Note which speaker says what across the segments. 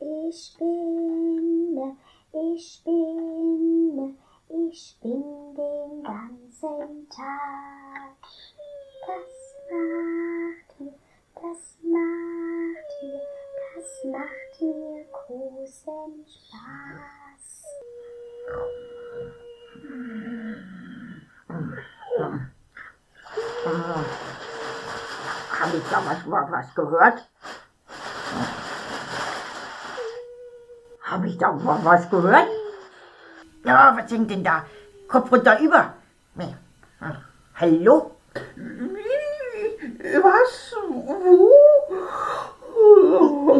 Speaker 1: Ich spinne, ich spinne, ich spinn den ganzen Tag. Das macht mir, das macht mir, das macht mir großen Spaß.
Speaker 2: Habe ich da was, wa- was gehört? Habe ich da wa- was gehört? Ja, was singt denn da? Kopf runter über. Nee. Hm. Hallo?
Speaker 3: Was? Wo?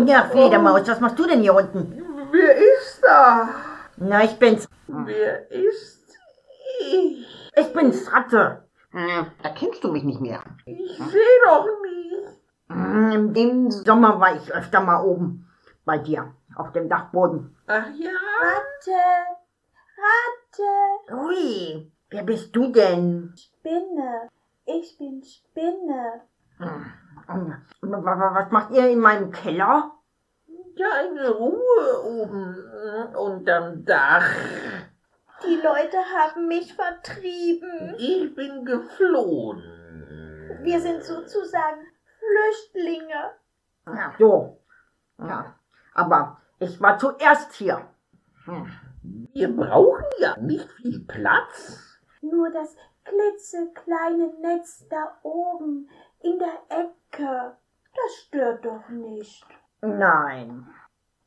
Speaker 2: Ja, Fledermaus, was machst du denn hier unten?
Speaker 3: Wer ist da?
Speaker 2: Na, ich bin's.
Speaker 3: Wer ist ich?
Speaker 2: Ich bin's, Ratte.
Speaker 4: Hm, Da kennst du mich nicht mehr.
Speaker 3: Ich sehe doch nicht.
Speaker 2: Hm, In dem Sommer war ich öfter mal oben bei dir, auf dem Dachboden.
Speaker 3: Ach ja?
Speaker 1: Ratte, Ratte,
Speaker 2: Ui, wer bist du denn?
Speaker 1: Spinne, ich bin Spinne.
Speaker 2: Hm, wa- wa- Was macht ihr in meinem Keller?
Speaker 3: Keine Ruhe oben unterm Dach.
Speaker 1: Die Leute haben mich vertrieben.
Speaker 3: Ich bin geflohen.
Speaker 1: Wir sind sozusagen um Flüchtlinge.
Speaker 2: Ach so. Ja, aber ich war zuerst hier.
Speaker 3: Wir brauchen ja nicht viel Platz.
Speaker 1: Nur das klitzekleine Netz da oben in der Ecke. Das stört doch nicht.
Speaker 2: Nein.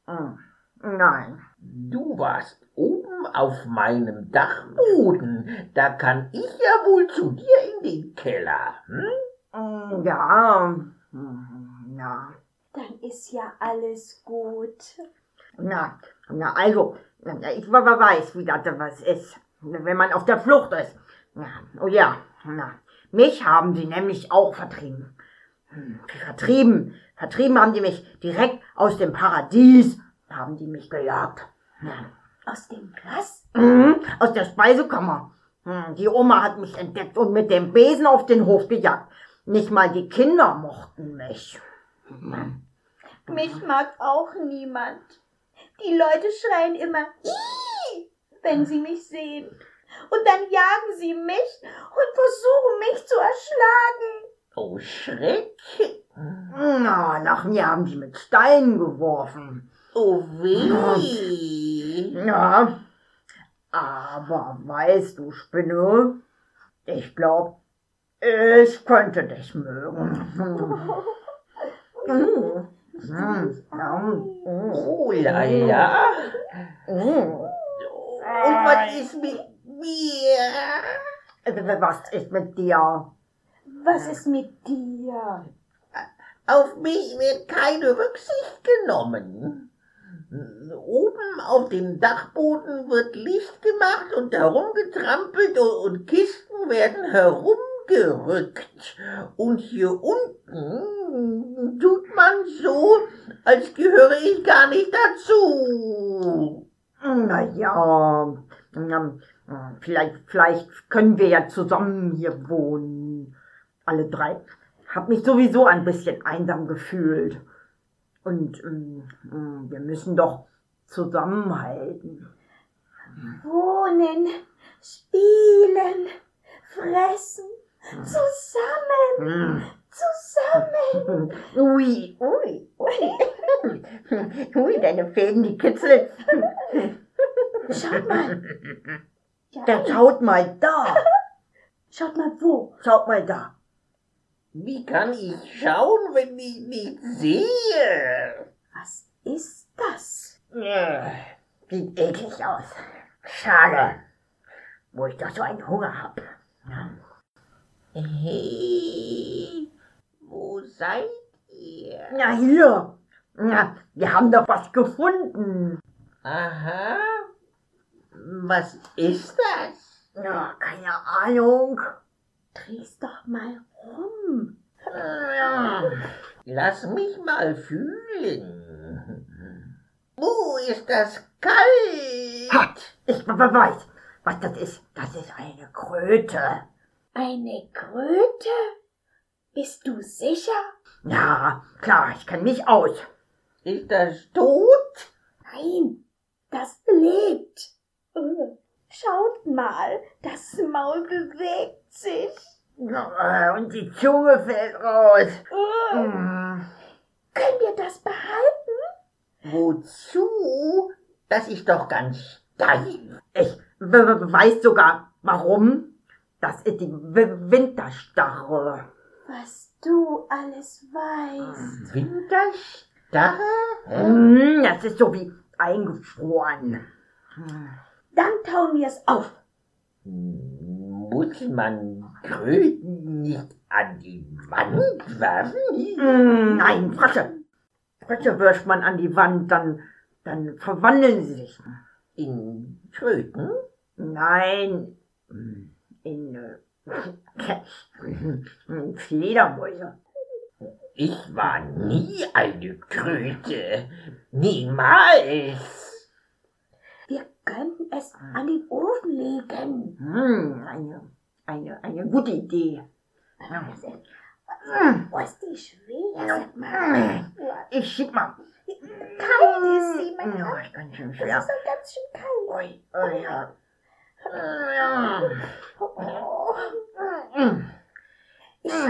Speaker 2: Hm, Nein.
Speaker 3: Du warst oben auf meinem Dachboden. Da kann ich ja wohl zu dir in den Keller. Hm?
Speaker 2: Hm, Ja. hm, Ja.
Speaker 1: Dann ist ja alles gut.
Speaker 2: Na, na also, na, ich wa- wa- weiß, wie das was ist, wenn man auf der Flucht ist. Na, oh ja, na, mich haben sie nämlich auch vertrieben. Hm, Vertrieben, vertrieben haben die mich direkt aus dem Paradies, haben die mich gejagt. Ja.
Speaker 1: Aus dem was?
Speaker 2: Mhm, aus der Speisekammer. Hm, Die Oma hat mich entdeckt und mit dem Besen auf den Hof gejagt. Nicht mal die Kinder mochten mich.
Speaker 1: Mich mag auch niemand. Die Leute schreien immer, "Ih!", wenn sie mich sehen. Und dann jagen sie mich und versuchen mich zu erschlagen.
Speaker 3: Oh Schreck.
Speaker 2: Na, nach mir haben die mit Steinen geworfen.
Speaker 3: Oh
Speaker 2: Hm.
Speaker 3: weh.
Speaker 2: Ja, aber weißt du, Spinne, ich glaub, ich könnte dich mögen. Mm. Mm. Ja, mm.
Speaker 3: Oh la la.
Speaker 2: Mm.
Speaker 3: Und was ist mit mir?
Speaker 2: Was ist mit dir?
Speaker 1: Was ist mit dir?
Speaker 3: Auf mich wird keine Rücksicht genommen. Oben auf dem Dachboden wird Licht gemacht und herumgetrampelt u- und Kisten werden herumgerückt. Und hier unten tut man so, als gehöre ich gar nicht dazu.
Speaker 2: Naja, vielleicht, vielleicht können wir ja zusammen hier wohnen. Alle drei. Hab mich sowieso ein bisschen einsam gefühlt. Und ähm, ähm, wir müssen doch zusammenhalten.
Speaker 1: Wohnen, spielen, fressen, zusammen,
Speaker 2: Hm.
Speaker 1: zusammen.
Speaker 2: Ui, ui, ui. Ui, deine Fäden, die kitzeln.
Speaker 1: Schaut mal. Ja,
Speaker 2: Dann schaut mal da.
Speaker 1: schaut mal wo.
Speaker 2: Schaut mal da.
Speaker 3: Wie kann ich schauen, wenn ich nicht sehe? Äh,
Speaker 1: Was ist das?
Speaker 2: Sieht eklig aus. Schade. Wo ich doch so einen Hunger hab.
Speaker 3: Hey, wo seid ihr?
Speaker 2: Na hier. Na, wir haben doch was gefunden.
Speaker 3: Aha, was ist das?
Speaker 2: Na, keine Ahnung.
Speaker 1: Dreh's doch mal rum.
Speaker 3: Lass mich mal fühlen. Wo ist das kalt?
Speaker 2: Ich we- we- weiß, was das ist. Das ist eine Kröte.
Speaker 1: Eine Kröte? Bist du sicher?
Speaker 2: Ja, klar, ich kenn mich aus.
Speaker 3: Ist das tot?
Speaker 1: Nein, das lebt. Äh, Schaut mal, das Maul bewegt sich.
Speaker 2: Ja, äh, Und die Zunge fällt raus.
Speaker 1: Äh,
Speaker 2: Hm.
Speaker 1: Können wir das behalten?
Speaker 3: Wozu? Das ist doch ganz steif.
Speaker 2: Ich we- we- weiß sogar, warum. Das ist die Wi- Winterstarre.
Speaker 1: Was du alles weißt.
Speaker 3: Winterstarre? Hä?
Speaker 2: Hm, Das ist so wie eingefroren.
Speaker 1: Dann tauen wir es auf.
Speaker 3: Muss man Kröten nicht an die Wand werfen?
Speaker 2: Hm, Nein, Frösche. Frösche wirft man an die Wand, dann, dann verwandeln sie sich.
Speaker 3: In Kröten?
Speaker 2: Nein, in äh, Fledermäuse.
Speaker 3: Ich war nie eine Kröte. Niemals.
Speaker 1: Wir könnten es
Speaker 2: Ah.
Speaker 1: an den Ofen legen.
Speaker 2: Hm, eine, eine, eine gute Idee. Ah.
Speaker 1: Oh, ist die schwer, sag mal. Ja,
Speaker 2: Ich schieb mal.
Speaker 1: Kalt ist sie, mein
Speaker 2: Ja,
Speaker 1: Gott.
Speaker 2: ich kann schon
Speaker 1: Das
Speaker 2: schwer.
Speaker 1: ist doch ganz schön kalt.
Speaker 2: Ui, ui, ja. Ja.
Speaker 1: Oh.
Speaker 2: Mm,
Speaker 1: Ich, ich,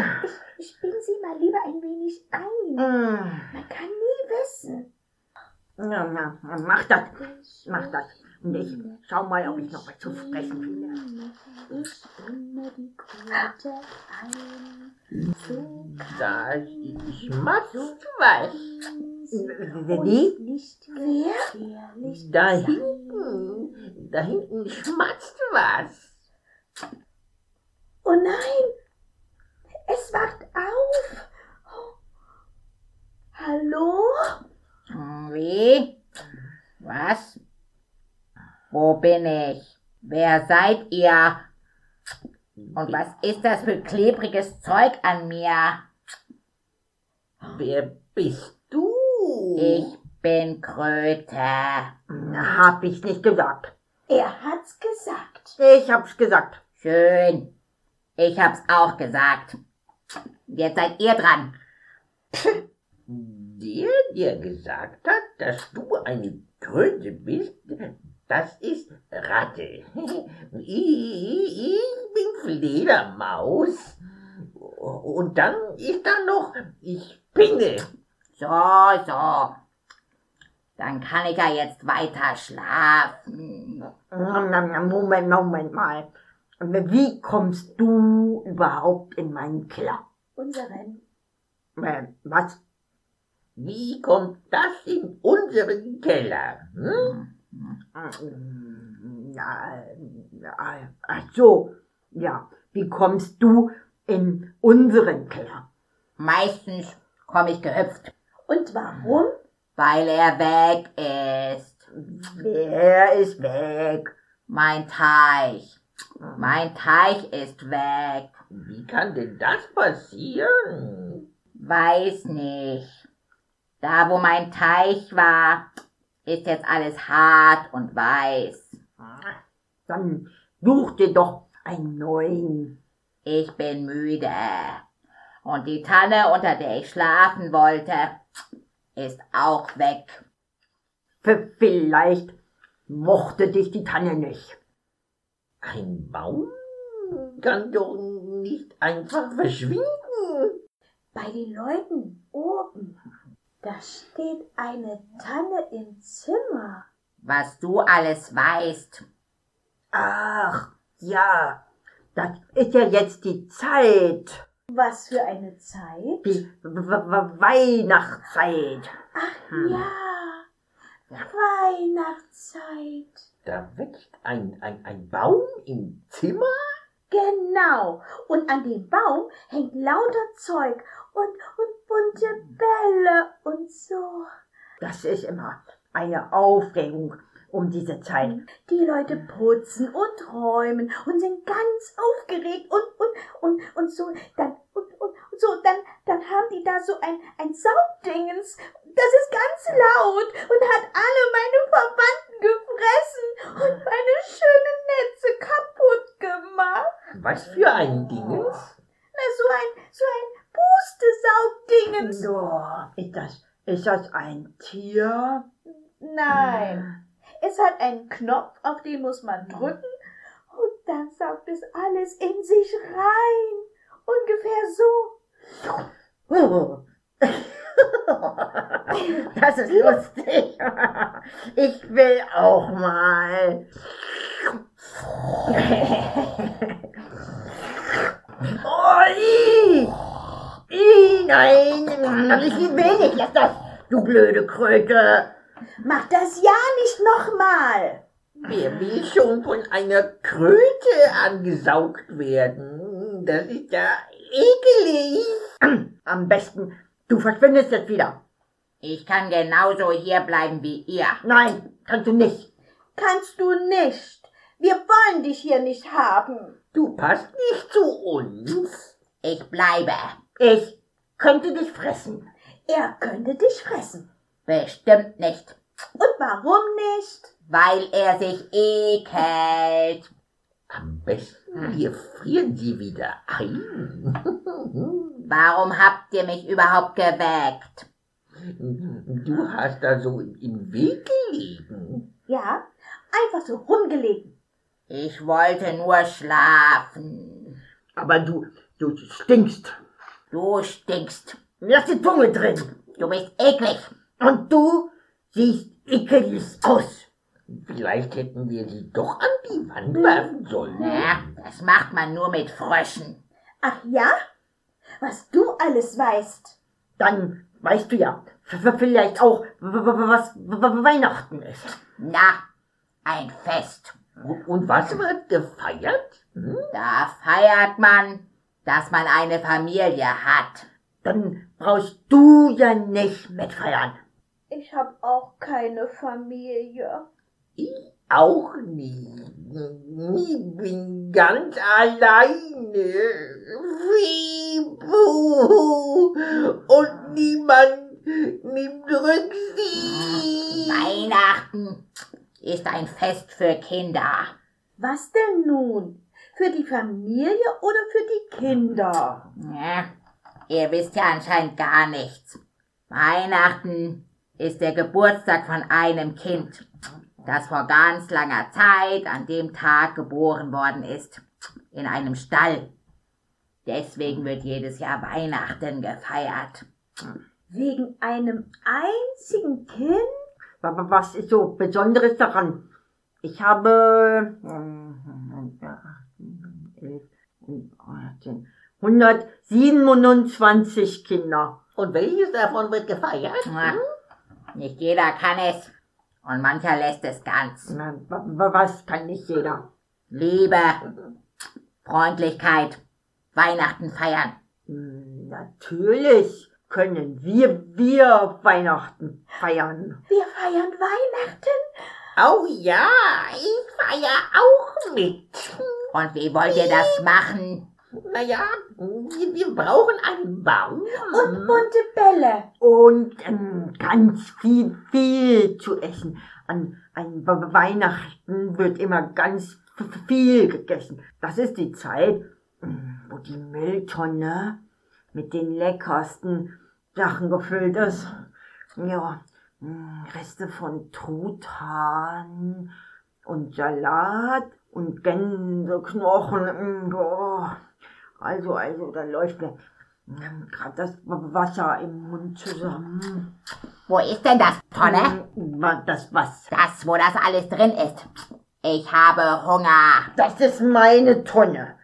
Speaker 1: ich bin sie mal lieber ein wenig ein.
Speaker 2: mm.
Speaker 1: Man kann nie wissen.
Speaker 2: Na, na, na, mach das, mach das. Und ich schau mal, ob ich noch was zu fressen finde.
Speaker 1: Ich binde die Kröte ein.
Speaker 2: Hm.
Speaker 1: So
Speaker 3: Da schmatzt was.
Speaker 2: Wie?
Speaker 1: und nicht gefährlich. Hm.
Speaker 3: Da hinten, da hinten schmatzt was.
Speaker 1: Oh nein! Es wacht auf! Hallo?
Speaker 5: Wie? Was? Wo bin ich? Wer seid ihr? Und was ist das für klebriges Zeug an mir?
Speaker 3: Wer bist du?
Speaker 5: Ich bin Kröte.
Speaker 2: Na, äh, hab ich nicht gesagt.
Speaker 1: Er hat's gesagt.
Speaker 2: Ich hab's gesagt.
Speaker 5: Schön. Ich hab's auch gesagt. Jetzt seid ihr dran.
Speaker 3: Der, der gesagt hat, dass du eine Kröte bist, das ist Ratte. Ich bin Fledermaus. Und dann ist da noch ich Spinne.
Speaker 5: So, so. Dann kann ich ja jetzt weiter schlafen.
Speaker 2: Na, na, na, Moment, Moment mal. Wie kommst du überhaupt in meinen Keller?
Speaker 1: Unseren.
Speaker 2: Äh, was?
Speaker 3: Wie kommt das in unseren Keller? Hm?
Speaker 2: Mm, Na, äh, ach so, ja. Wie kommst du in unseren Keller?
Speaker 5: Meistens komme ich gehüpft,
Speaker 1: Und warum?
Speaker 2: Ah.
Speaker 5: weil er weg ist.
Speaker 2: Wer ist weg?
Speaker 5: Mein Teich. Mein Teich ist weg.
Speaker 3: Wie kann denn das passieren?
Speaker 5: Weiß nicht. Da, wo mein Teich war, ist jetzt alles hart und weiß.
Speaker 2: Dann such dir doch einen neuen.
Speaker 5: Ich bin müde. Und die Tanne, unter der ich schlafen wollte, ist auch weg.
Speaker 2: V- Vielleicht mochte dich die Tanne nicht.
Speaker 3: Ein Baum kann doch nicht einfach verschwinden.
Speaker 1: Bei den Leuten oben. Da steht eine Tanne im Zimmer.
Speaker 5: Was du alles weißt.
Speaker 2: Ach, ja, das ist ja jetzt die Zeit,
Speaker 1: Was für eine Zeit?
Speaker 2: die W- W- Weihnachtszeit.
Speaker 1: Ja, Weihnachtszeit.
Speaker 3: Da wächst ein, ein, ein Baum im Zimmer?
Speaker 1: Genau. Und an dem Baum hängt lauter Zeug und, und bunte Bälle und so.
Speaker 2: Das ist immer eine Aufregung um diese Zeit.
Speaker 1: Die Leute putzen und räumen und sind ganz aufgeregt und und und und so dann und, und und so dann dann haben die da so ein ein Saugdingens. Das ist ganz laut und hat alle meine Verwandten gefressen und meine schönen Netze kaputt gemacht.
Speaker 3: Was für ein Dingens?
Speaker 1: Na so ein so ein Pustesaugdingens.
Speaker 2: So, ist das, ist das ein Tier?
Speaker 1: Nein. Es hat einen Knopf, auf den muss man drücken und dann saugt es alles in sich rein. Ungefähr so.
Speaker 2: Das ist lustig. Ich will auch mal. Oh, ih. Ih, nein, ich will nicht. Lass das, du blöde Kröte.
Speaker 1: Mach das ja nicht nochmal.
Speaker 3: Wer will schon von einer Kröte angesaugt werden? Das ist ja ekelig.
Speaker 2: Am besten, du verschwindest jetzt wieder.
Speaker 5: Ich kann genauso hier bleiben wie ihr.
Speaker 2: Nein, kannst du nicht.
Speaker 1: Kannst du nicht. Wir wollen dich hier nicht haben.
Speaker 3: Du passt nicht zu uns.
Speaker 5: Ich bleibe.
Speaker 2: Ich könnte dich fressen.
Speaker 1: Er könnte dich fressen.
Speaker 5: Bestimmt nicht,
Speaker 1: Und warum nicht?
Speaker 5: weil er sich ekelt.
Speaker 3: Am besten, wir frieren sie wieder ein.
Speaker 5: Warum habt ihr mich überhaupt geweckt?
Speaker 3: Du hast da so im Weg gelegen.
Speaker 1: Ja, einfach so rumgelegen.
Speaker 5: Ich wollte nur schlafen.
Speaker 2: Aber du, du stinkst.
Speaker 5: Du stinkst.
Speaker 2: Lass die Zunge drin.
Speaker 5: Du bist eklig.
Speaker 2: Und du siehst ekelig aus.
Speaker 3: Vielleicht hätten wir sie doch an die Wand werfen sollen.
Speaker 5: Ja, das macht man nur mit Fröschen.
Speaker 1: Ach ja? Was du alles weißt.
Speaker 2: Dann weißt du ja v- v- vielleicht auch, w- w- was w- w- Weihnachten ist.
Speaker 5: Na, ein Fest.
Speaker 3: Und was wird gefeiert? Hm?
Speaker 5: Da feiert man, dass man eine Familie hat.
Speaker 2: Dann brauchst du ja nicht mitfeiern.
Speaker 1: Ich hab auch keine Familie.
Speaker 3: Ich auch nie. Ich bin ganz alleine. Fibu. Und niemand nimmt Rücksicht.
Speaker 5: Weihnachten ist ein Fest für Kinder.
Speaker 1: Was denn nun? Für die Familie oder für die Kinder?
Speaker 5: Ja, ihr wisst ja anscheinend gar nichts. Weihnachten ist der Geburtstag von einem Kind, das vor ganz langer Zeit an dem Tag geboren worden ist, in einem Stall. Deswegen wird jedes Jahr Weihnachten gefeiert.
Speaker 1: Wegen einem einzigen Kind?
Speaker 2: W- w- Was ist so Besonderes daran? Ich habe ähm, 11, 18, 127 Kinder.
Speaker 3: Und welches davon wird gefeiert?
Speaker 5: Ja, Nicht jeder kann es und mancher lässt es ganz.
Speaker 2: Na, w- w- Was kann nicht jeder?
Speaker 5: Liebe, Freundlichkeit, Weihnachten feiern.
Speaker 2: Hm, Natürlich können wir, wir Weihnachten feiern.
Speaker 1: Wir feiern Weihnachten.
Speaker 3: Oh ja, ich feier auch mit.
Speaker 5: Und wie wollt ihr das machen?
Speaker 3: Naja, wir, wir brauchen einen Baum.
Speaker 1: Und bunte Bälle.
Speaker 2: und ähm, ganz viel, viel zu essen. An, an We- Weihnachten wird immer ganz f- viel gegessen. Das ist die Zeit, ähm, wo die Mülltonne mit den leckersten Sachen gefüllt ist. Ja, ähm, Reste von Truthahn und Salat und Gänseknochen. ähm, Oh. Also, also, da läuft mir gerade Hm, das W- Wasser im Mund zusammen.
Speaker 5: Wo ist denn das Tonne?
Speaker 2: Wa- Das was?
Speaker 5: Das, wo das alles drin ist. Ich habe Hunger.
Speaker 2: Das ist meine Tonne.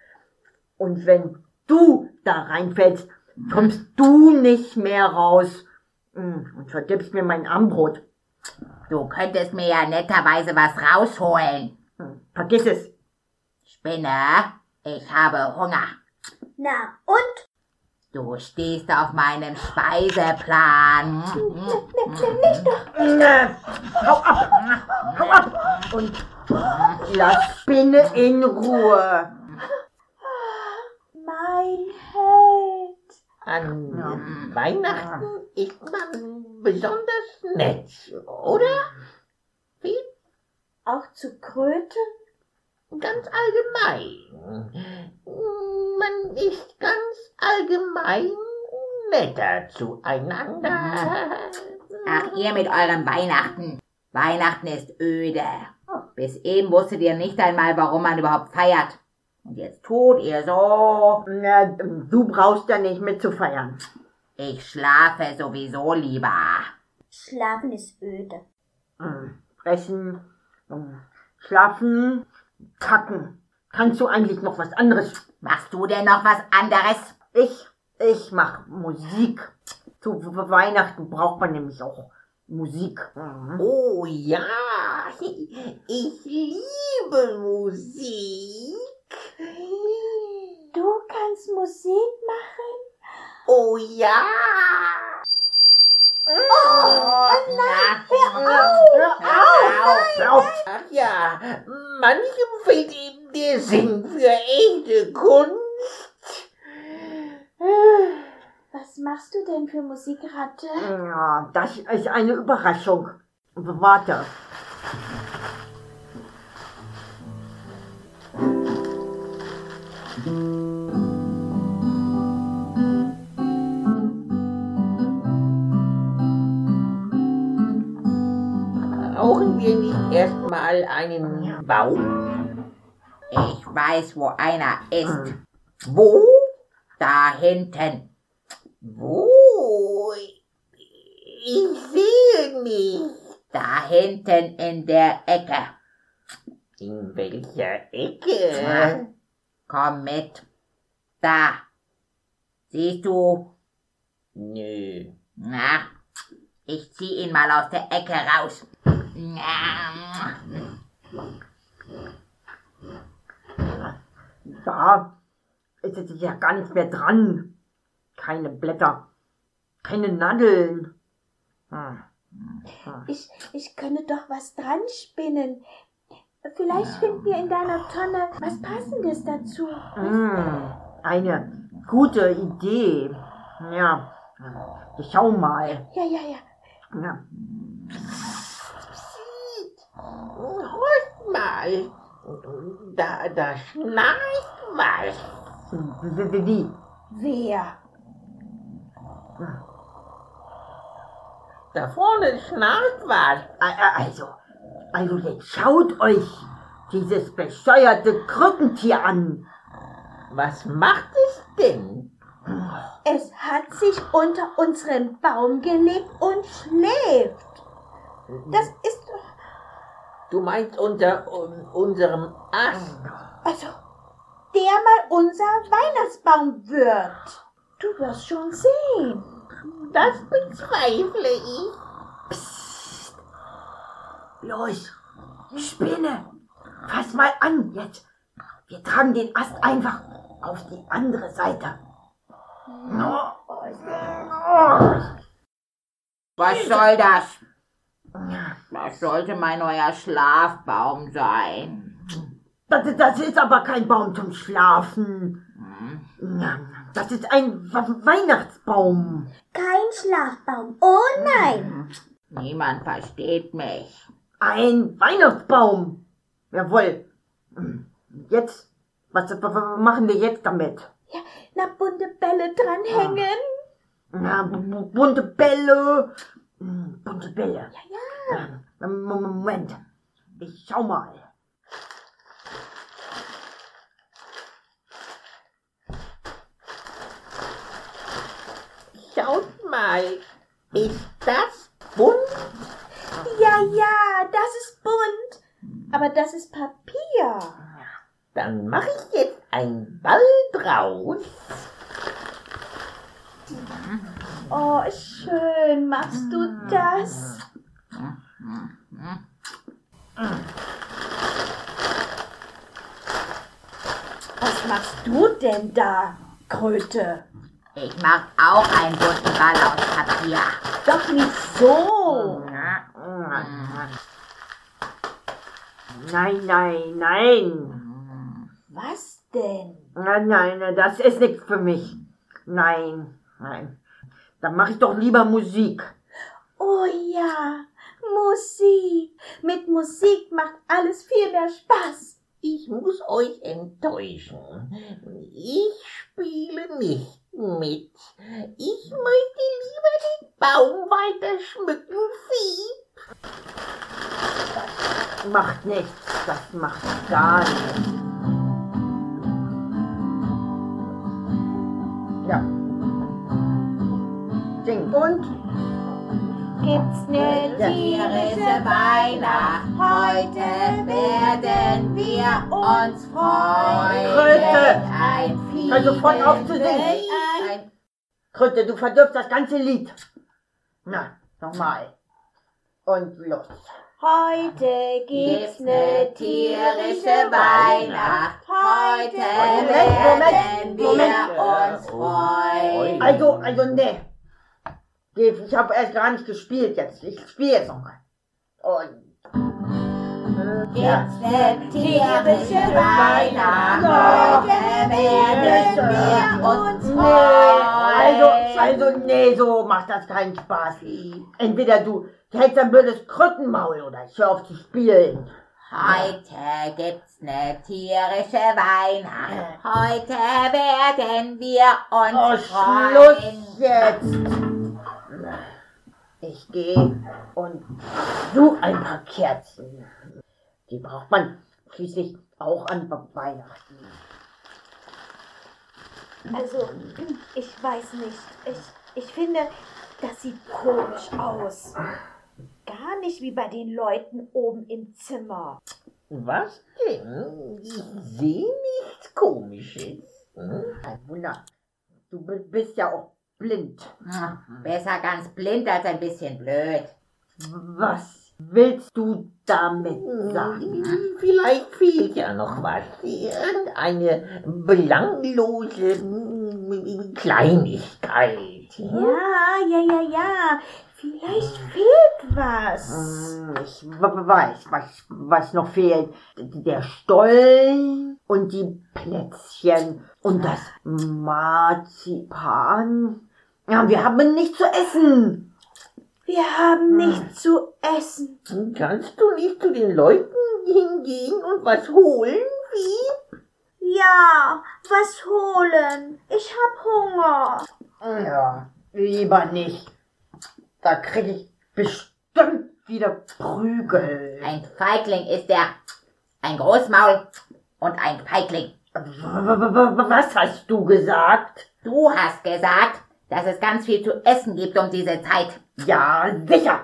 Speaker 2: Und wenn du da reinfällst, kommst du nicht mehr raus. Mm, Und verdirbst mir mein Armbrot.
Speaker 5: Du könntest mir ja netterweise was rausholen.
Speaker 2: Mm, Vergiss es.
Speaker 5: Spinne, ich habe Hunger.
Speaker 1: Na und?
Speaker 5: Du stehst auf meinem Speiseplan.
Speaker 2: Äh, Hau ab! Hau ab! Und lass Spinne in Ruhe.
Speaker 1: Ah, Mein Held.
Speaker 3: An Weihnachten ist man besonders nett, oder? Wie
Speaker 1: Auch zu Kröten?
Speaker 3: ganz allgemein. Man ist ganz allgemein netter zueinander.
Speaker 5: Ach, ihr mit eurem Weihnachten. Weihnachten ist öde. Bis eben wusstet ihr nicht einmal, warum man überhaupt feiert. Und jetzt tut ihr so.
Speaker 2: Na, du brauchst ja nicht mitzufeiern.
Speaker 5: Ich schlafe sowieso lieber.
Speaker 1: Schlafen ist öde.
Speaker 2: Hm, Fressen, hm, schlafen, kacken. Kannst du eigentlich noch was anderes?
Speaker 5: Machst du denn noch was anderes?
Speaker 2: Ich, ich mach Musik. Zu W- Weihnachten braucht man nämlich auch Musik. Mhm.
Speaker 3: Oh ja, ich liebe Musik.
Speaker 1: Du kannst Musik machen?
Speaker 3: Oh ja.
Speaker 2: Hör auf!
Speaker 3: Ach ja, manchem fehlt eben der Sinn für echte Kunst.
Speaker 1: Was machst du denn für Musik, Ratte?
Speaker 2: Ja, das ist eine Überraschung. Warte.
Speaker 3: Brauchen wir nicht erstmal einen Baum?
Speaker 5: Ich weiß, wo einer ist.
Speaker 3: Wo?
Speaker 5: Da hinten.
Speaker 3: Wo? Ich sehe nicht.
Speaker 5: Da hinten in der Ecke.
Speaker 3: In welcher Ecke?
Speaker 5: Komm mit. Da. Siehst du?
Speaker 3: Nö.
Speaker 5: Na, ich zieh ihn mal aus der Ecke raus. Na,
Speaker 2: Da ist es ja gar nicht mehr dran. Keine Blätter. Keine Nadeln. Hm.
Speaker 1: Ich, ich könnte doch was dran spinnen. Vielleicht finden wir in deiner Tonne was Passendes dazu.
Speaker 2: Hm, Eine gute Idee. Ja, ich schau mal.
Speaker 1: Ja, ja, ja.
Speaker 2: Ja.
Speaker 3: Hört mal. Da, da schnarcht was.
Speaker 2: Wie, wie, wie?
Speaker 1: Wer?
Speaker 3: Da vorne schnarcht was.
Speaker 2: A- a- Also, also jetzt schaut euch dieses bescheuerte Krückentier an.
Speaker 3: Was macht es denn?
Speaker 1: Es hat sich unter unseren Baum gelegt und schläft. Das ist.
Speaker 3: Du meinst unter un, unserem Ast.
Speaker 1: Also, der mal unser Weihnachtsbaum wird. Du wirst schon sehen.
Speaker 3: Das bezweifle ich.
Speaker 2: Los, Spinne, fass mal an jetzt. Wir tragen den Ast einfach auf die andere Seite. No.
Speaker 5: was soll das? Das sollte mein neuer Schlafbaum sein.
Speaker 2: Das, das ist aber kein Baum zum Schlafen. Ja, Das ist ein We- Weihnachtsbaum.
Speaker 1: Kein Schlafbaum. Oh nein.
Speaker 5: Niemand versteht mich.
Speaker 2: Ein Weihnachtsbaum. Jawohl. Hm. Jetzt, was, was- was machen wir jetzt damit?
Speaker 1: Ja, na, bunte Bälle dranhängen.
Speaker 2: Na, bu- bu- bunte Bälle. Hm, Bunte Bälle. Ja, ja. Moment. Ich schau mal.
Speaker 3: Schaut mal. Ist das bunt?
Speaker 1: Ja, ja, das ist bunt. Aber das ist Papier.
Speaker 3: Dann mache ich jetzt einen Ball draus.
Speaker 1: Oh, schön machst du das. Was machst du denn da, Kröte?
Speaker 5: Ich mach auch einen bunten Ball aus Papier.
Speaker 1: Doch nicht so.
Speaker 2: Nein, nein, nein.
Speaker 1: Was denn?
Speaker 2: Nein, nein, nein, das ist nichts für mich. Nein, nein. Dann mache ich doch lieber Musik.
Speaker 1: Oh ja, Musik. Mit Musik macht alles viel mehr Spaß.
Speaker 3: Ich muss euch enttäuschen. Ich spiele nicht mit. Ich möchte lieber den Baum weiter schmücken, Vieh.
Speaker 2: macht nichts. Das macht gar nichts. Ja. Sing. Und?
Speaker 1: Gibt's ne
Speaker 2: Ja.
Speaker 5: tierische Weihnacht. Heute werden wir uns freuen.
Speaker 2: Kröte!
Speaker 5: Ein Vieh
Speaker 2: Hör sofort auf zu singen.
Speaker 5: Ein
Speaker 2: Kröte, du verdirbst das ganze Lied. Na, nochmal. Und los.
Speaker 1: Heute
Speaker 5: gibt's ne tierische Weihnacht. Heute werden
Speaker 2: Moment, Moment,
Speaker 5: wir
Speaker 2: Moment.
Speaker 5: uns freuen.
Speaker 2: Also, also, nee. Dave, ich habe erst gar nicht gespielt jetzt. Ich spiele jetzt nochmal. Und. äh, Ja.
Speaker 5: Gibt's ne tierische Weihnacht. Heute werden wir uns
Speaker 2: Nee, also,
Speaker 5: freuen.
Speaker 2: also, nee, so macht das keinen Spaß. Entweder du hältst ein blödes Krötenmaul oder ich hör auf zu spielen.
Speaker 5: Heute gibt's ne tierische Weihnacht. Heute werden wir
Speaker 2: Oh,
Speaker 5: uns freuen.
Speaker 2: Schluss jetzt! Ich gehe und suche ein paar Kerzen. Die braucht man schließlich auch an Weihnachten.
Speaker 1: Also, ich weiß nicht. Ich, ich finde, das sieht komisch aus. Gar nicht wie bei den Leuten oben im Zimmer.
Speaker 3: Was denn? Ich sehe nichts Komisches. Hm?
Speaker 2: Kein Wunder. Du bi- bist ja auch blind.
Speaker 5: Besser Hm, ganz blind als ein bisschen blöd.
Speaker 2: Was willst du damit sagen?
Speaker 3: Vielleicht fehlt ja noch was. Irgendeine belanglose hm, Kleinigkeit. Hm?
Speaker 1: Ja, ja, ja, ja. Vielleicht fehlt was.
Speaker 2: Hm, Ich w- w- weiß, was, was noch fehlt. Der Stollen und die Plätzchen und das Marzipan. Ja, wir haben nichts zu essen.
Speaker 1: Wir haben nichts zu essen.
Speaker 3: Kannst du nicht zu den Leuten hingehen und was holen? Wie?
Speaker 1: Ja, was holen? Ich hab Hunger.
Speaker 2: Ja, lieber nicht. Da krieg ich bestimmt wieder Prügel. Äh,
Speaker 5: Ein Feigling ist er. Ein Großmaul und ein Feigling.
Speaker 2: W- w- w- Was hast du gesagt?
Speaker 5: Du hast gesagt, dass es ganz viel zu essen gibt um diese Zeit.
Speaker 2: Ja, sicher.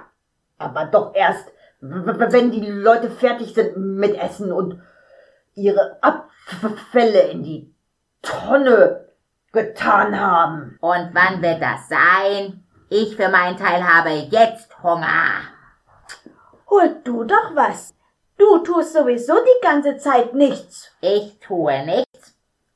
Speaker 2: Aber doch erst, w- w- wenn die Leute fertig sind mit Essen und ihre Abfälle in die Tonne getan haben.
Speaker 5: Und wann wird das sein? Ich für meinen Teil habe jetzt Hunger.
Speaker 1: Hol du doch was. Du tust sowieso die ganze Zeit nichts.
Speaker 5: Ich tue nichts.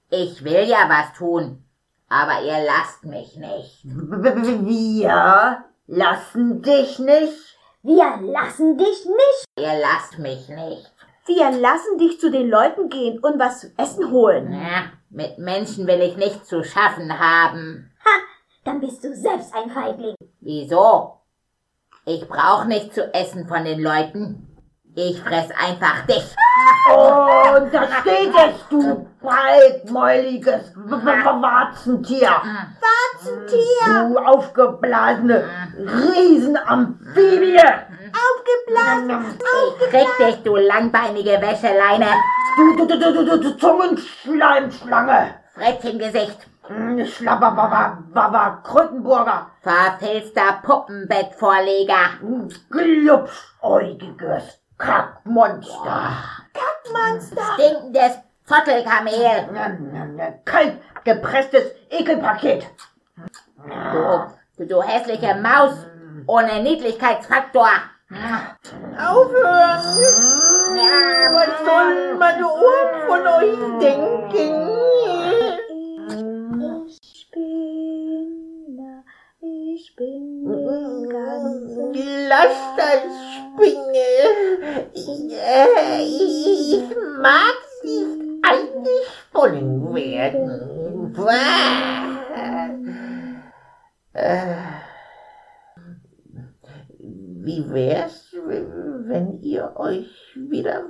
Speaker 5: Ich will ja was tun. Aber ihr lasst mich nicht.
Speaker 2: W- w- w- Wir lassen dich nicht.
Speaker 1: Wir lassen dich nicht.
Speaker 5: Ihr lasst mich nicht.
Speaker 1: Wir lassen dich zu den Leuten gehen und was zu essen holen.
Speaker 5: Na, Ne? mit Menschen will ich nichts zu schaffen haben.
Speaker 1: Dann bist du selbst ein Feigling.
Speaker 5: Wieso? Ich brauch nicht zu essen von den Leuten. Ich fress einfach dich.
Speaker 2: Und da steht es, du breitmäuliges w- w- Warzentier.
Speaker 1: Warzentier!
Speaker 2: Du aufgeblasene Riesenamphibie.
Speaker 1: Aufgeblasen!
Speaker 5: Ich krieg dich, du langbeinige Wäscheleine.
Speaker 2: Du, du, du, du, du, du, du Zungenschleimschlange!
Speaker 5: Frettchengesicht.
Speaker 2: Hm, Schlapper, Baba, Baba, Krötenburger,
Speaker 5: Verfilzter Puppenbettvorleger.
Speaker 2: glubschäugiges Kackmonster!
Speaker 1: Kackmonster!
Speaker 5: Stinkendes Zottelkamel.
Speaker 2: Na, na, na, Ne, Kalt gepresstes Ekelpaket!
Speaker 5: Du, du, du hässliche Maus ohne Niedlichkeitsfaktor.
Speaker 3: Aufhören! Was sollen meine Ohren von euch denken?
Speaker 1: Ich bin, ich bin
Speaker 2: Hm,
Speaker 1: den ganzen
Speaker 3: Lass das Spinne. Ich, äh, ich mag nicht eingesponnen werden. Bäh. Äh, Wie wär's, wenn ihr euch wieder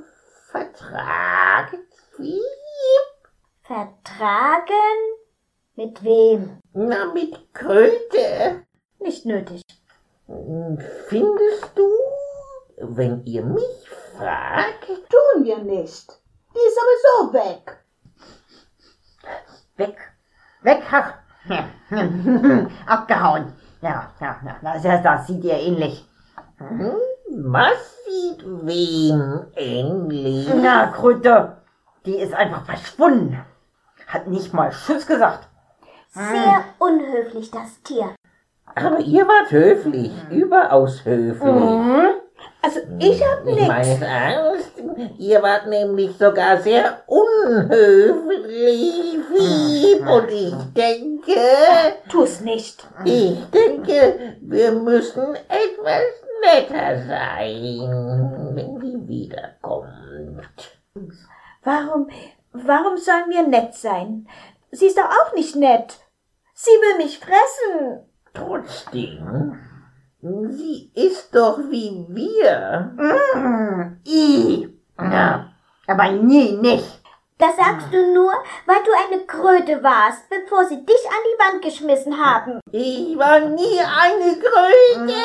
Speaker 3: vertragt? Wie?
Speaker 1: Vertragen? Mit wem?
Speaker 3: Na, mit Kröte.
Speaker 1: Nicht nötig.
Speaker 3: Findest du, wenn ihr mich gefragt?
Speaker 1: Tun wir nicht. Die ist sowieso weg.
Speaker 2: Weg. Weg, ach. Ja. Abgehauen. Ja, ja, ja. Das, das, das sieht ihr ähnlich.
Speaker 3: Hm? Was sieht wem ähnlich?
Speaker 2: Na, Kröte, die ist einfach verschwunden. Hat nicht mal Tschüss gesagt.
Speaker 6: Sehr unhöflich, das Tier.
Speaker 3: Aber ihr wart höflich, überaus höflich.
Speaker 1: Also ich hab
Speaker 3: Hm, Ich meine
Speaker 1: nichts.
Speaker 3: es ernst. Ihr wart nämlich sogar sehr unhöflich, Fieb. Und ich denke,
Speaker 1: Tu's nicht.
Speaker 3: ich denke, wir müssen etwas netter sein, wenn die wiederkommt.
Speaker 1: Warum, warum sollen wir nett sein? Sie ist doch auch nicht nett. Sie will mich fressen.
Speaker 3: Trotzdem, sie ist doch wie wir.
Speaker 2: Mm, I. Ja. Aber nie nicht.
Speaker 6: Das sagst du nur, weil du eine Kröte warst, bevor sie dich an die Wand geschmissen haben.
Speaker 3: Ich war nie eine Kröte,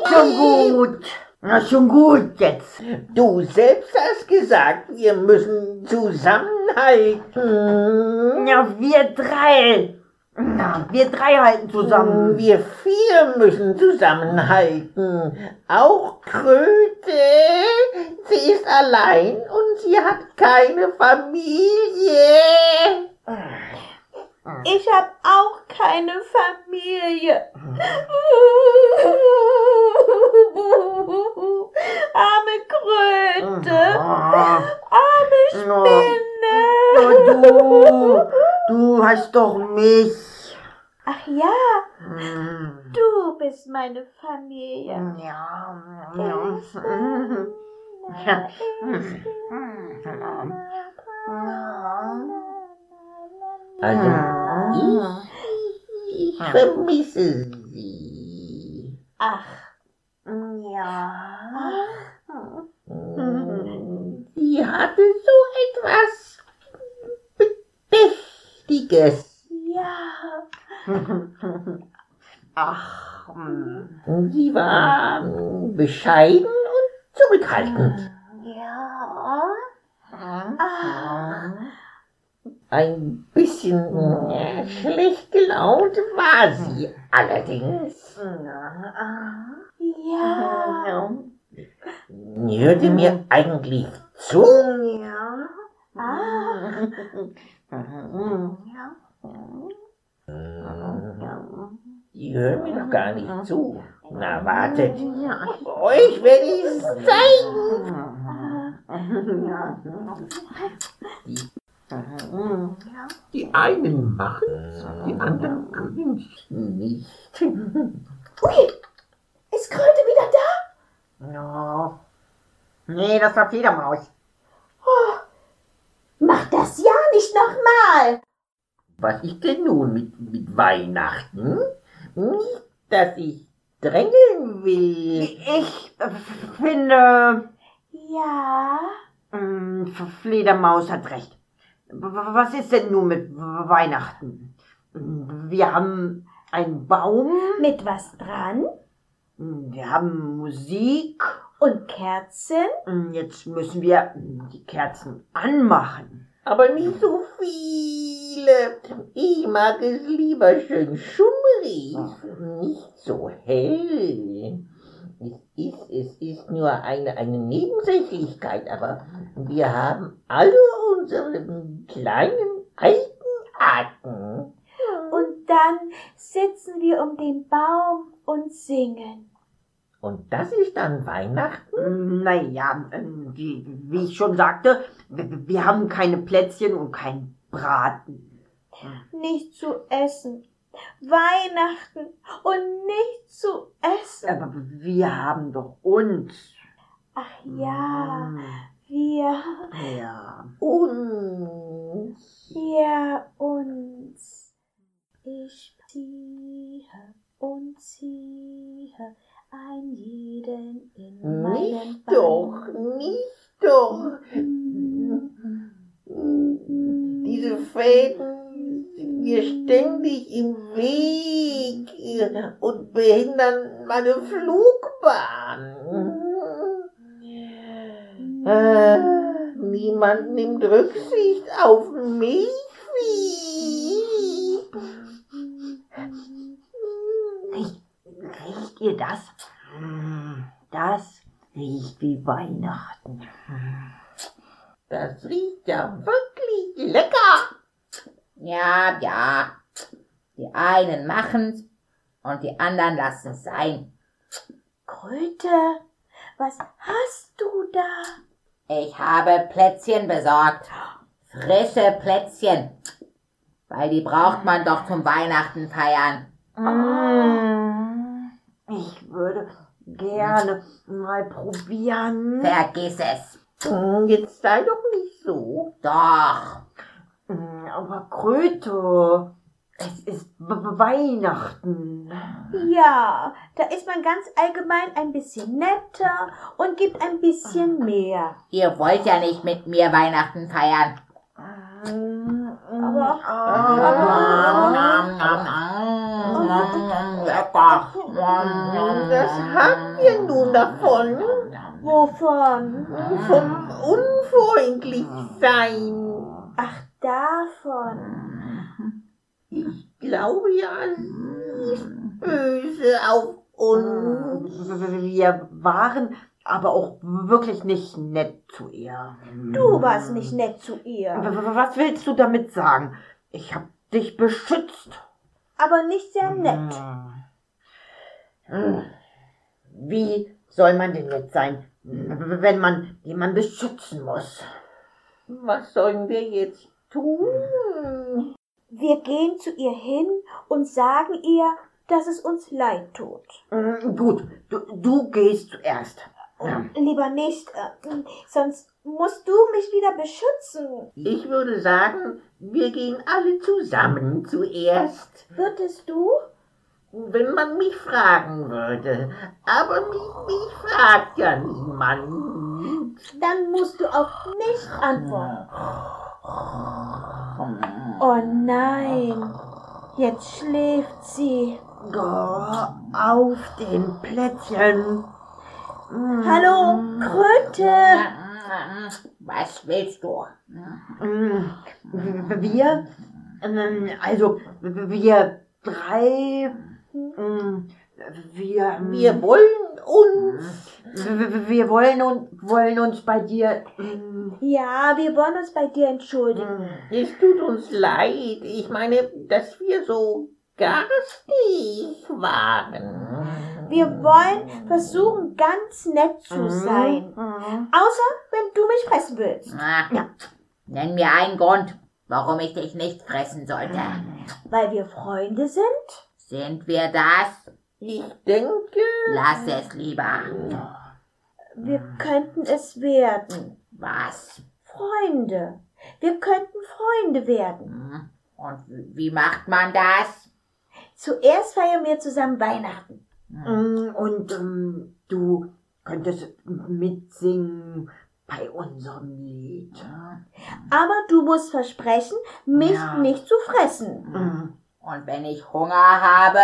Speaker 3: Fieb.
Speaker 2: Schon gut. Na, schon gut jetzt.
Speaker 3: Du selbst hast gesagt, wir müssen zusammenhalten.
Speaker 2: Ja, wir drei. Na, wir drei halten zusammen.
Speaker 3: Wir vier müssen zusammenhalten. Auch Kröte. Sie ist allein und sie hat keine Familie.
Speaker 1: Ich hab auch keine Familie. Arme Kröte.
Speaker 2: Ah.
Speaker 1: Arme
Speaker 2: Na, na,
Speaker 1: Spinne.
Speaker 2: du, du hast doch mich.
Speaker 1: Ach ja,
Speaker 2: Mm.
Speaker 1: du bist meine Familie.
Speaker 2: Ja, ja. Ja. Ja.
Speaker 3: Also,
Speaker 2: Ja.
Speaker 3: ich vermisse sie.
Speaker 1: Ach,
Speaker 2: Ja.
Speaker 3: Sie hatte so etwas Bedächtiges.
Speaker 1: ja.
Speaker 2: Ach, mm.
Speaker 3: Sie war ähm, bescheiden und zurückhaltend.
Speaker 1: Ah. Ja.
Speaker 2: Ja.
Speaker 3: Ein bisschen äh, schlecht gelaunt war sie allerdings.
Speaker 1: Ja.
Speaker 3: Hörte mir eigentlich zu?
Speaker 2: Ja.
Speaker 1: Ah.
Speaker 3: Sie hören mir noch gar nicht zu. Na, wartet. Euch werde ich zeigen. Die einen machen's, die anderen können's nicht.
Speaker 1: Ui, ist Kröte wieder da?
Speaker 2: Ja. Nee, das war Fledermaus.
Speaker 1: Mach das ja nicht nochmal.
Speaker 3: Was ist denn nun mit, mit Weihnachten? Nicht, dass ich drängeln will.
Speaker 2: Ich äh, finde,
Speaker 1: Ja.
Speaker 2: mm, Fledermaus hat recht. W- w- Was ist denn nun mit Weihnachten? Wir haben einen Baum,
Speaker 1: Mit was dran?
Speaker 2: wir haben Musik.
Speaker 1: Und Kerzen?
Speaker 2: Jetzt müssen wir die Kerzen anmachen.
Speaker 3: Aber nicht so viele. Ich mag es lieber schön schummrig. Nicht so hell. Es ist, es ist nur eine, eine Nebensächlichkeit, aber wir haben alle unsere kleinen Eigenarten.
Speaker 1: Und dann sitzen wir um den Baum und singen.
Speaker 3: Und das ist dann Weihnachten?
Speaker 2: Naja, ähm, wie, wie ich schon sagte, w- wir haben keine Plätzchen und keinen Braten.
Speaker 1: Nicht zu essen. Weihnachten und nicht zu essen.
Speaker 2: Aber wir haben doch uns. Hm.
Speaker 1: Ach ja, wir,
Speaker 2: Ja.
Speaker 3: Und
Speaker 1: wir uns. Ich ziehe und ziehe einen jeden in meinen
Speaker 3: nicht doch, nicht doch. Diese Fäden sind mir ständig im Weg äh, und behindern meine Flugbahn. Äh, niemand nimmt Rücksicht auf mich. Wie?
Speaker 2: Riecht ihr das? Mm, Das riecht wie Weihnachten.
Speaker 3: Das riecht ja wirklich lecker.
Speaker 5: Ja, ja. Die einen machen's und die anderen lassen's sein.
Speaker 1: Kröte, was hast du da?
Speaker 5: Ich habe Plätzchen besorgt. Frische Plätzchen. Weil die braucht man doch zum Weihnachten feiern.
Speaker 2: Mm, Ich würde gerne mal probieren.
Speaker 5: Vergiss es.
Speaker 3: Hm, Jetzt sei doch nicht so.
Speaker 5: Doch.
Speaker 2: Mm, Aber Kröte, es ist B- B- Weihnachten.
Speaker 3: Hm.
Speaker 1: Ja, da ist man ganz allgemein ein bisschen netter und gibt ein bisschen
Speaker 3: Ah.
Speaker 1: mehr.
Speaker 5: Ihr wollt ja nicht mit mir Weihnachten feiern.
Speaker 3: Mm.
Speaker 1: Aber
Speaker 3: Ah.
Speaker 2: ah.
Speaker 3: Das haben wir nun davon.
Speaker 1: wovon?
Speaker 3: Vom unfreundlich sein.
Speaker 1: Ach, davon.
Speaker 3: Glaube ja, sie ist böse auf uns.
Speaker 2: Wir waren aber auch wirklich nicht nett zu ihr.
Speaker 1: Du
Speaker 3: Mhm.
Speaker 1: warst nicht nett zu
Speaker 2: W-
Speaker 3: Hm.
Speaker 1: ihr,
Speaker 2: w- Was willst du damit sagen? Ich hab dich beschützt.
Speaker 1: aber nicht sehr nett.
Speaker 2: Hm. Wie soll man denn nett sein, wenn man jemanden beschützen muss?
Speaker 3: Was sollen wir jetzt tun?
Speaker 1: Wir gehen zu ihr hin und sagen ihr, dass es uns leid tut.
Speaker 2: Mm, Gut, du, du gehst zuerst. Ja.
Speaker 1: Lieber nicht, äh, sonst musst du mich wieder beschützen.
Speaker 3: Ich würde sagen, wir gehen alle zusammen zuerst,
Speaker 1: Würdest du?
Speaker 3: wenn man mich fragen würde. Aber mich, mich fragt ja niemand.
Speaker 1: Dann musst du auf mich antworten. Oh nein, jetzt schläft sie.
Speaker 2: Oh, auf den Plätzchen.
Speaker 1: Hallo, Kröte.
Speaker 5: Was willst du?
Speaker 2: Mm, Wir, ähm, also wir drei, mm, wir,
Speaker 3: Wir wollen uns.
Speaker 2: wir, wir wollen, und, wollen uns bei dir. mm,
Speaker 1: Ja, wir wollen uns bei dir entschuldigen.
Speaker 3: Es tut uns leid. Ich meine, dass wir so garstig waren.
Speaker 1: Wir wollen versuchen, ganz nett zu sein.
Speaker 2: mm.
Speaker 1: Außer, wenn du mich fressen willst.
Speaker 5: Na, Nenn mir einen Grund, warum ich dich nicht fressen sollte.
Speaker 1: Weil wir Freunde sind?
Speaker 5: Sind wir das?
Speaker 3: Ich denke,
Speaker 5: Lass es lieber.
Speaker 1: Wir könnten es werden.
Speaker 5: Was?
Speaker 1: Freunde. Wir könnten Freunde werden.
Speaker 5: Hm? Und wie macht man das?
Speaker 1: Zuerst feiern wir zusammen Weihnachten.
Speaker 2: Mm, Und ähm, du könntest mitsingen bei unserem Lied.
Speaker 1: Aber du musst versprechen, mich
Speaker 2: Ja.
Speaker 1: nicht zu fressen.
Speaker 2: Mm.
Speaker 5: Und wenn ich Hunger habe?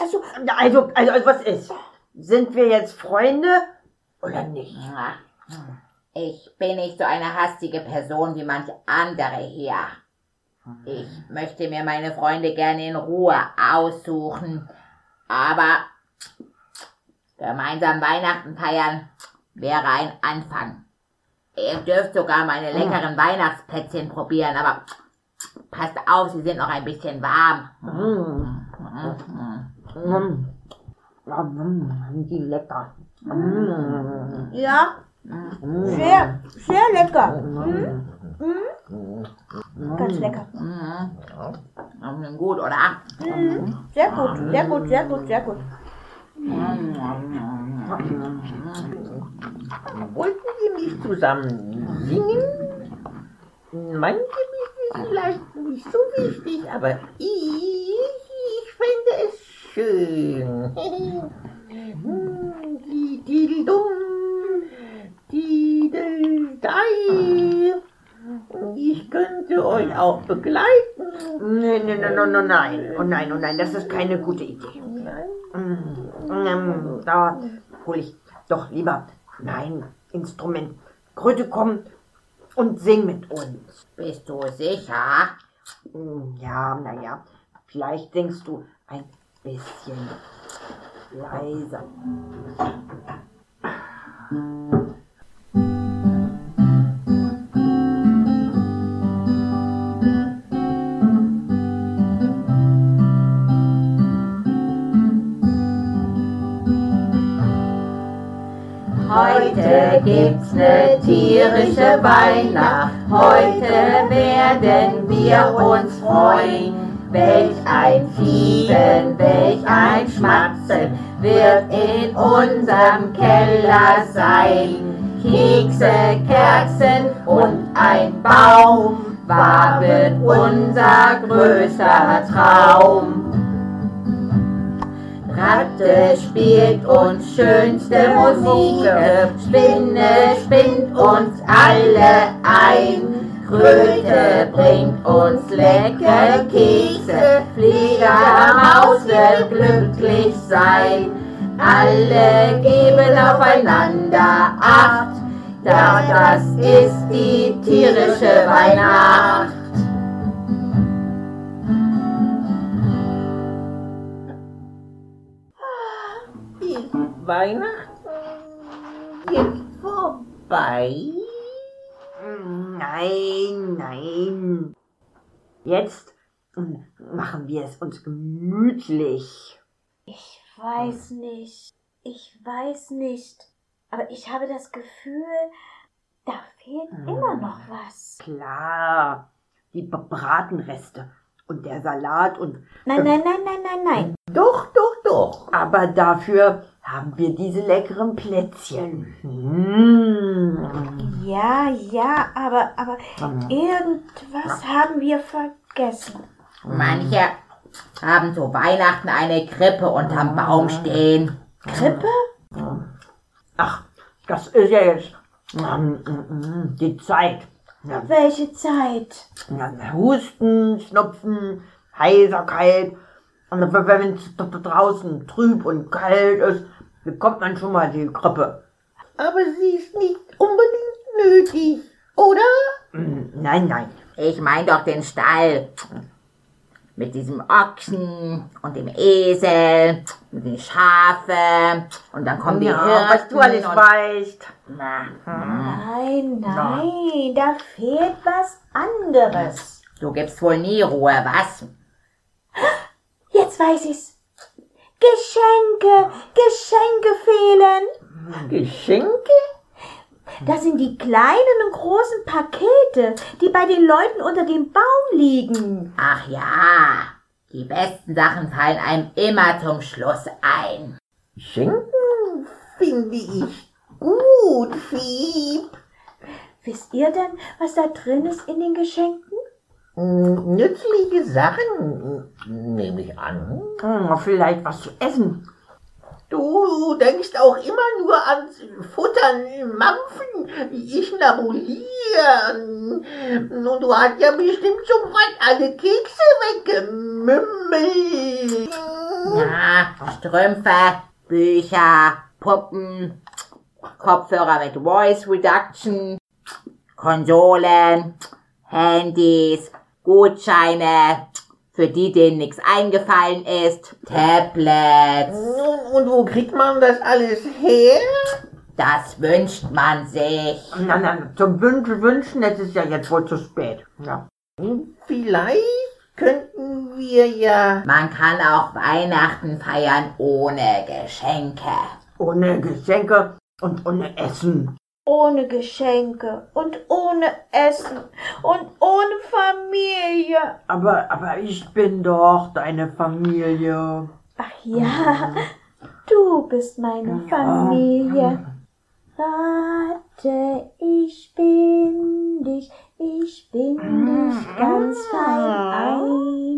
Speaker 1: Also,
Speaker 2: Also, also, also was ist? Sind wir jetzt Freunde oder nicht?
Speaker 5: Na, Ich bin nicht so eine hastige Person wie manche andere hier. Ich möchte mir meine Freunde gerne in Ruhe aussuchen. Aber gemeinsam Weihnachten feiern wäre ein Anfang. Ihr dürft sogar meine leckeren Weihnachtsplätzchen probieren, aber passt auf, sie sind noch ein bisschen warm.
Speaker 2: Mm. Mm. Ja, mm, sind die lecker. Mm.
Speaker 1: ja, sehr, sehr lecker. Hm? Hm? Ganz lecker.
Speaker 5: Mhm. Gut, oder?
Speaker 1: Mhm. Sehr gut, sehr gut, sehr gut, sehr gut.
Speaker 3: wollten wir nicht zusammen singen? Manche wissen vielleicht nicht so wichtig, aber ich, ich fände es schön. Die Didel-Dum, Didel-Dei. Ich könnte euch auch begleiten.
Speaker 2: Nee, nee, nee, no, no, nein. Oh nein, oh nein, das ist keine gute Idee. Mm. Mm, Da hole ich doch lieber mein Instrument. Kröte kommt und sing mit uns.
Speaker 5: Bist du sicher?
Speaker 2: Hm, Ja, naja, vielleicht singst du ein bisschen leiser.
Speaker 5: Heute gibt's ne tierische Weihnacht. Heute werden wir uns freuen. Welch ein Fieben, welch ein Schmatzen wird in unserem Keller sein. Kekse, Kerzen und ein Baum, wahr wird unser größter Traum. Ratte spielt uns schönste Musik, Spinne spinnt uns alle ein. Kröte bringt uns leckere Kekse, Fledermaus wird glücklich sein. Alle geben aufeinander Acht, ja das ist die tierische Weihnacht.
Speaker 3: Ist Weihnachten jetzt vorbei?
Speaker 2: Nein, nein. Jetzt hm, machen wir es uns gemütlich.
Speaker 1: Ich weiß nicht. Ich weiß nicht. Aber ich habe das Gefühl, da fehlt immer noch was.
Speaker 2: Klar, die Bratenreste und der Salat und...
Speaker 1: Nein, nein, nein, nein, nein, nein.
Speaker 3: Doch, doch, doch.
Speaker 2: Aber dafür haben wir diese leckeren Plätzchen. Mmh.
Speaker 1: Ja, ja, aber, aber irgendwas haben wir vergessen.
Speaker 5: Manche haben zu Weihnachten eine Krippe unterm Baum stehen.
Speaker 1: Krippe?
Speaker 2: Ach, das ist ja jetzt ähm, ähm, die Zeit. Ja,
Speaker 1: Welche Zeit?
Speaker 2: ja, Husten, Schnupfen, Heiserkeit. Und wenn es draußen trüb und kalt ist, bekommt man schon mal die Grippe.
Speaker 3: Aber sie ist nicht unbedingt nötig, oder?
Speaker 2: Mm, Nein, nein.
Speaker 5: Ich meine doch den Stall. Mit diesem Ochsen und dem Esel und den Schafe und dann kommen die Hirten.
Speaker 2: was du alles
Speaker 5: und-
Speaker 2: weißt.
Speaker 5: Na, hm.
Speaker 1: Nein, nein, da fehlt was anderes.
Speaker 5: du gibst wohl nie Ruhe, was?
Speaker 1: Jetzt weiß ich's. Geschenke, Geschenke fehlen.
Speaker 3: Geschenke?
Speaker 1: Das sind die kleinen und großen Pakete, die bei den Leuten unter dem Baum liegen.
Speaker 5: Ach ja, die besten Sachen fallen einem immer zum Schluss ein.
Speaker 3: Schenken finde ich gut, Fieb.
Speaker 1: Wisst ihr denn, was da drin ist in den Geschenken?
Speaker 3: Hm, Nützliche Sachen, hm, nehme ich an.
Speaker 2: Hm, Vielleicht was zu essen.
Speaker 3: Du denkst auch immer nur ans Futtern, Mampfen, ich nabulieren. Und du hast ja bestimmt schon bald alle Kekse weggemümmelt.
Speaker 5: Na, Strümpfe, Bücher, Puppen, Kopfhörer mit Voice Reduction, Konsolen, Handys, Gutscheine, für die, denen nichts eingefallen ist, Tablets.
Speaker 3: Und, und wo kriegt man das alles her?
Speaker 5: Das wünscht man sich.
Speaker 2: Na, na, zum Wünschen, Wünschen, es ist ja jetzt wohl zu spät. Ja.
Speaker 3: Vielleicht könnten wir ja...
Speaker 5: Man kann auch Weihnachten feiern ohne Geschenke.
Speaker 2: Ohne Geschenke und ohne Essen.
Speaker 1: Ohne Geschenke und ohne Essen und ohne Familie.
Speaker 2: Aber, aber ich bin doch deine Familie.
Speaker 1: Ach ja, du bist meine Familie. Warte, ich bin dich, ich bin dich ganz fein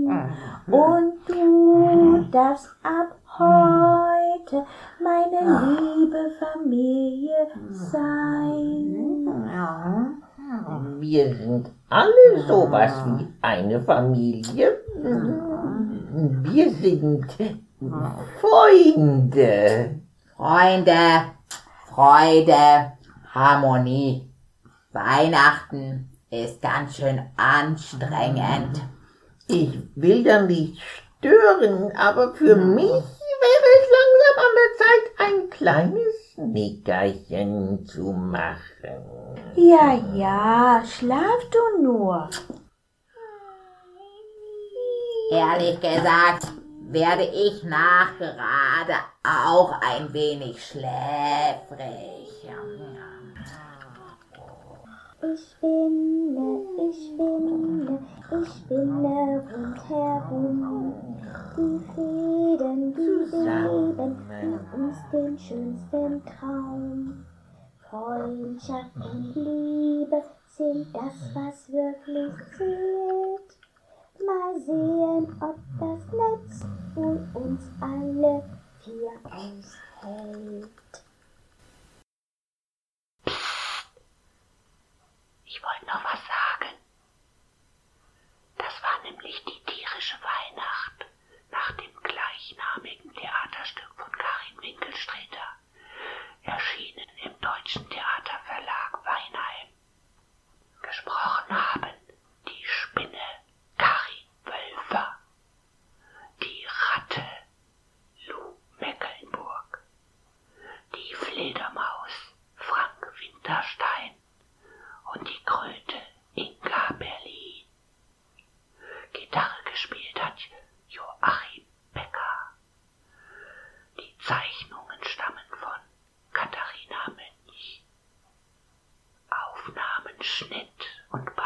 Speaker 1: ein. Und du darfst ab heute meine liebe Familie sein.
Speaker 2: Ja.
Speaker 3: Wir sind alle sowas wie eine Familie. Wir sind Freunde.
Speaker 5: Freunde, Freude, Harmonie. Weihnachten ist ganz schön anstrengend.
Speaker 3: Ich will ja nicht stören, aber für mich wäre es langsam an der Zeit, ein kleines Nickerchen zu machen.
Speaker 6: Ja, ja, schlaf du nur.
Speaker 5: Ehrlich gesagt werde ich nachgerade auch ein wenig schläfrig.
Speaker 6: Ich spinne, ich spinne, ich spinne rundherum. Die Fäden, die beleben, die uns den schönsten Traum. Freundschaft und Liebe sind das, was wirklich zählt. Mal sehen, ob das Netz wohl uns alle vier aushält.
Speaker 7: Ich wollte noch was sagen. Das war nämlich die tierische Weihnacht nach dem gleichnamigen Theaterstück von Karin Winkelstreter, erschienen im Deutschen Theaterverlag Weinheim. Gesprochen haben die Spinne Karin Wölfer, die Ratte Lou Mecklenburg, die Fledermaus Frank Winterstein, und die Kröte Inga Berlin. Gitarre gespielt hat Joachim Becker. Die Zeichnungen stammen von Katharina Münch. Aufnahmen, Schnitt und Bearbeitung.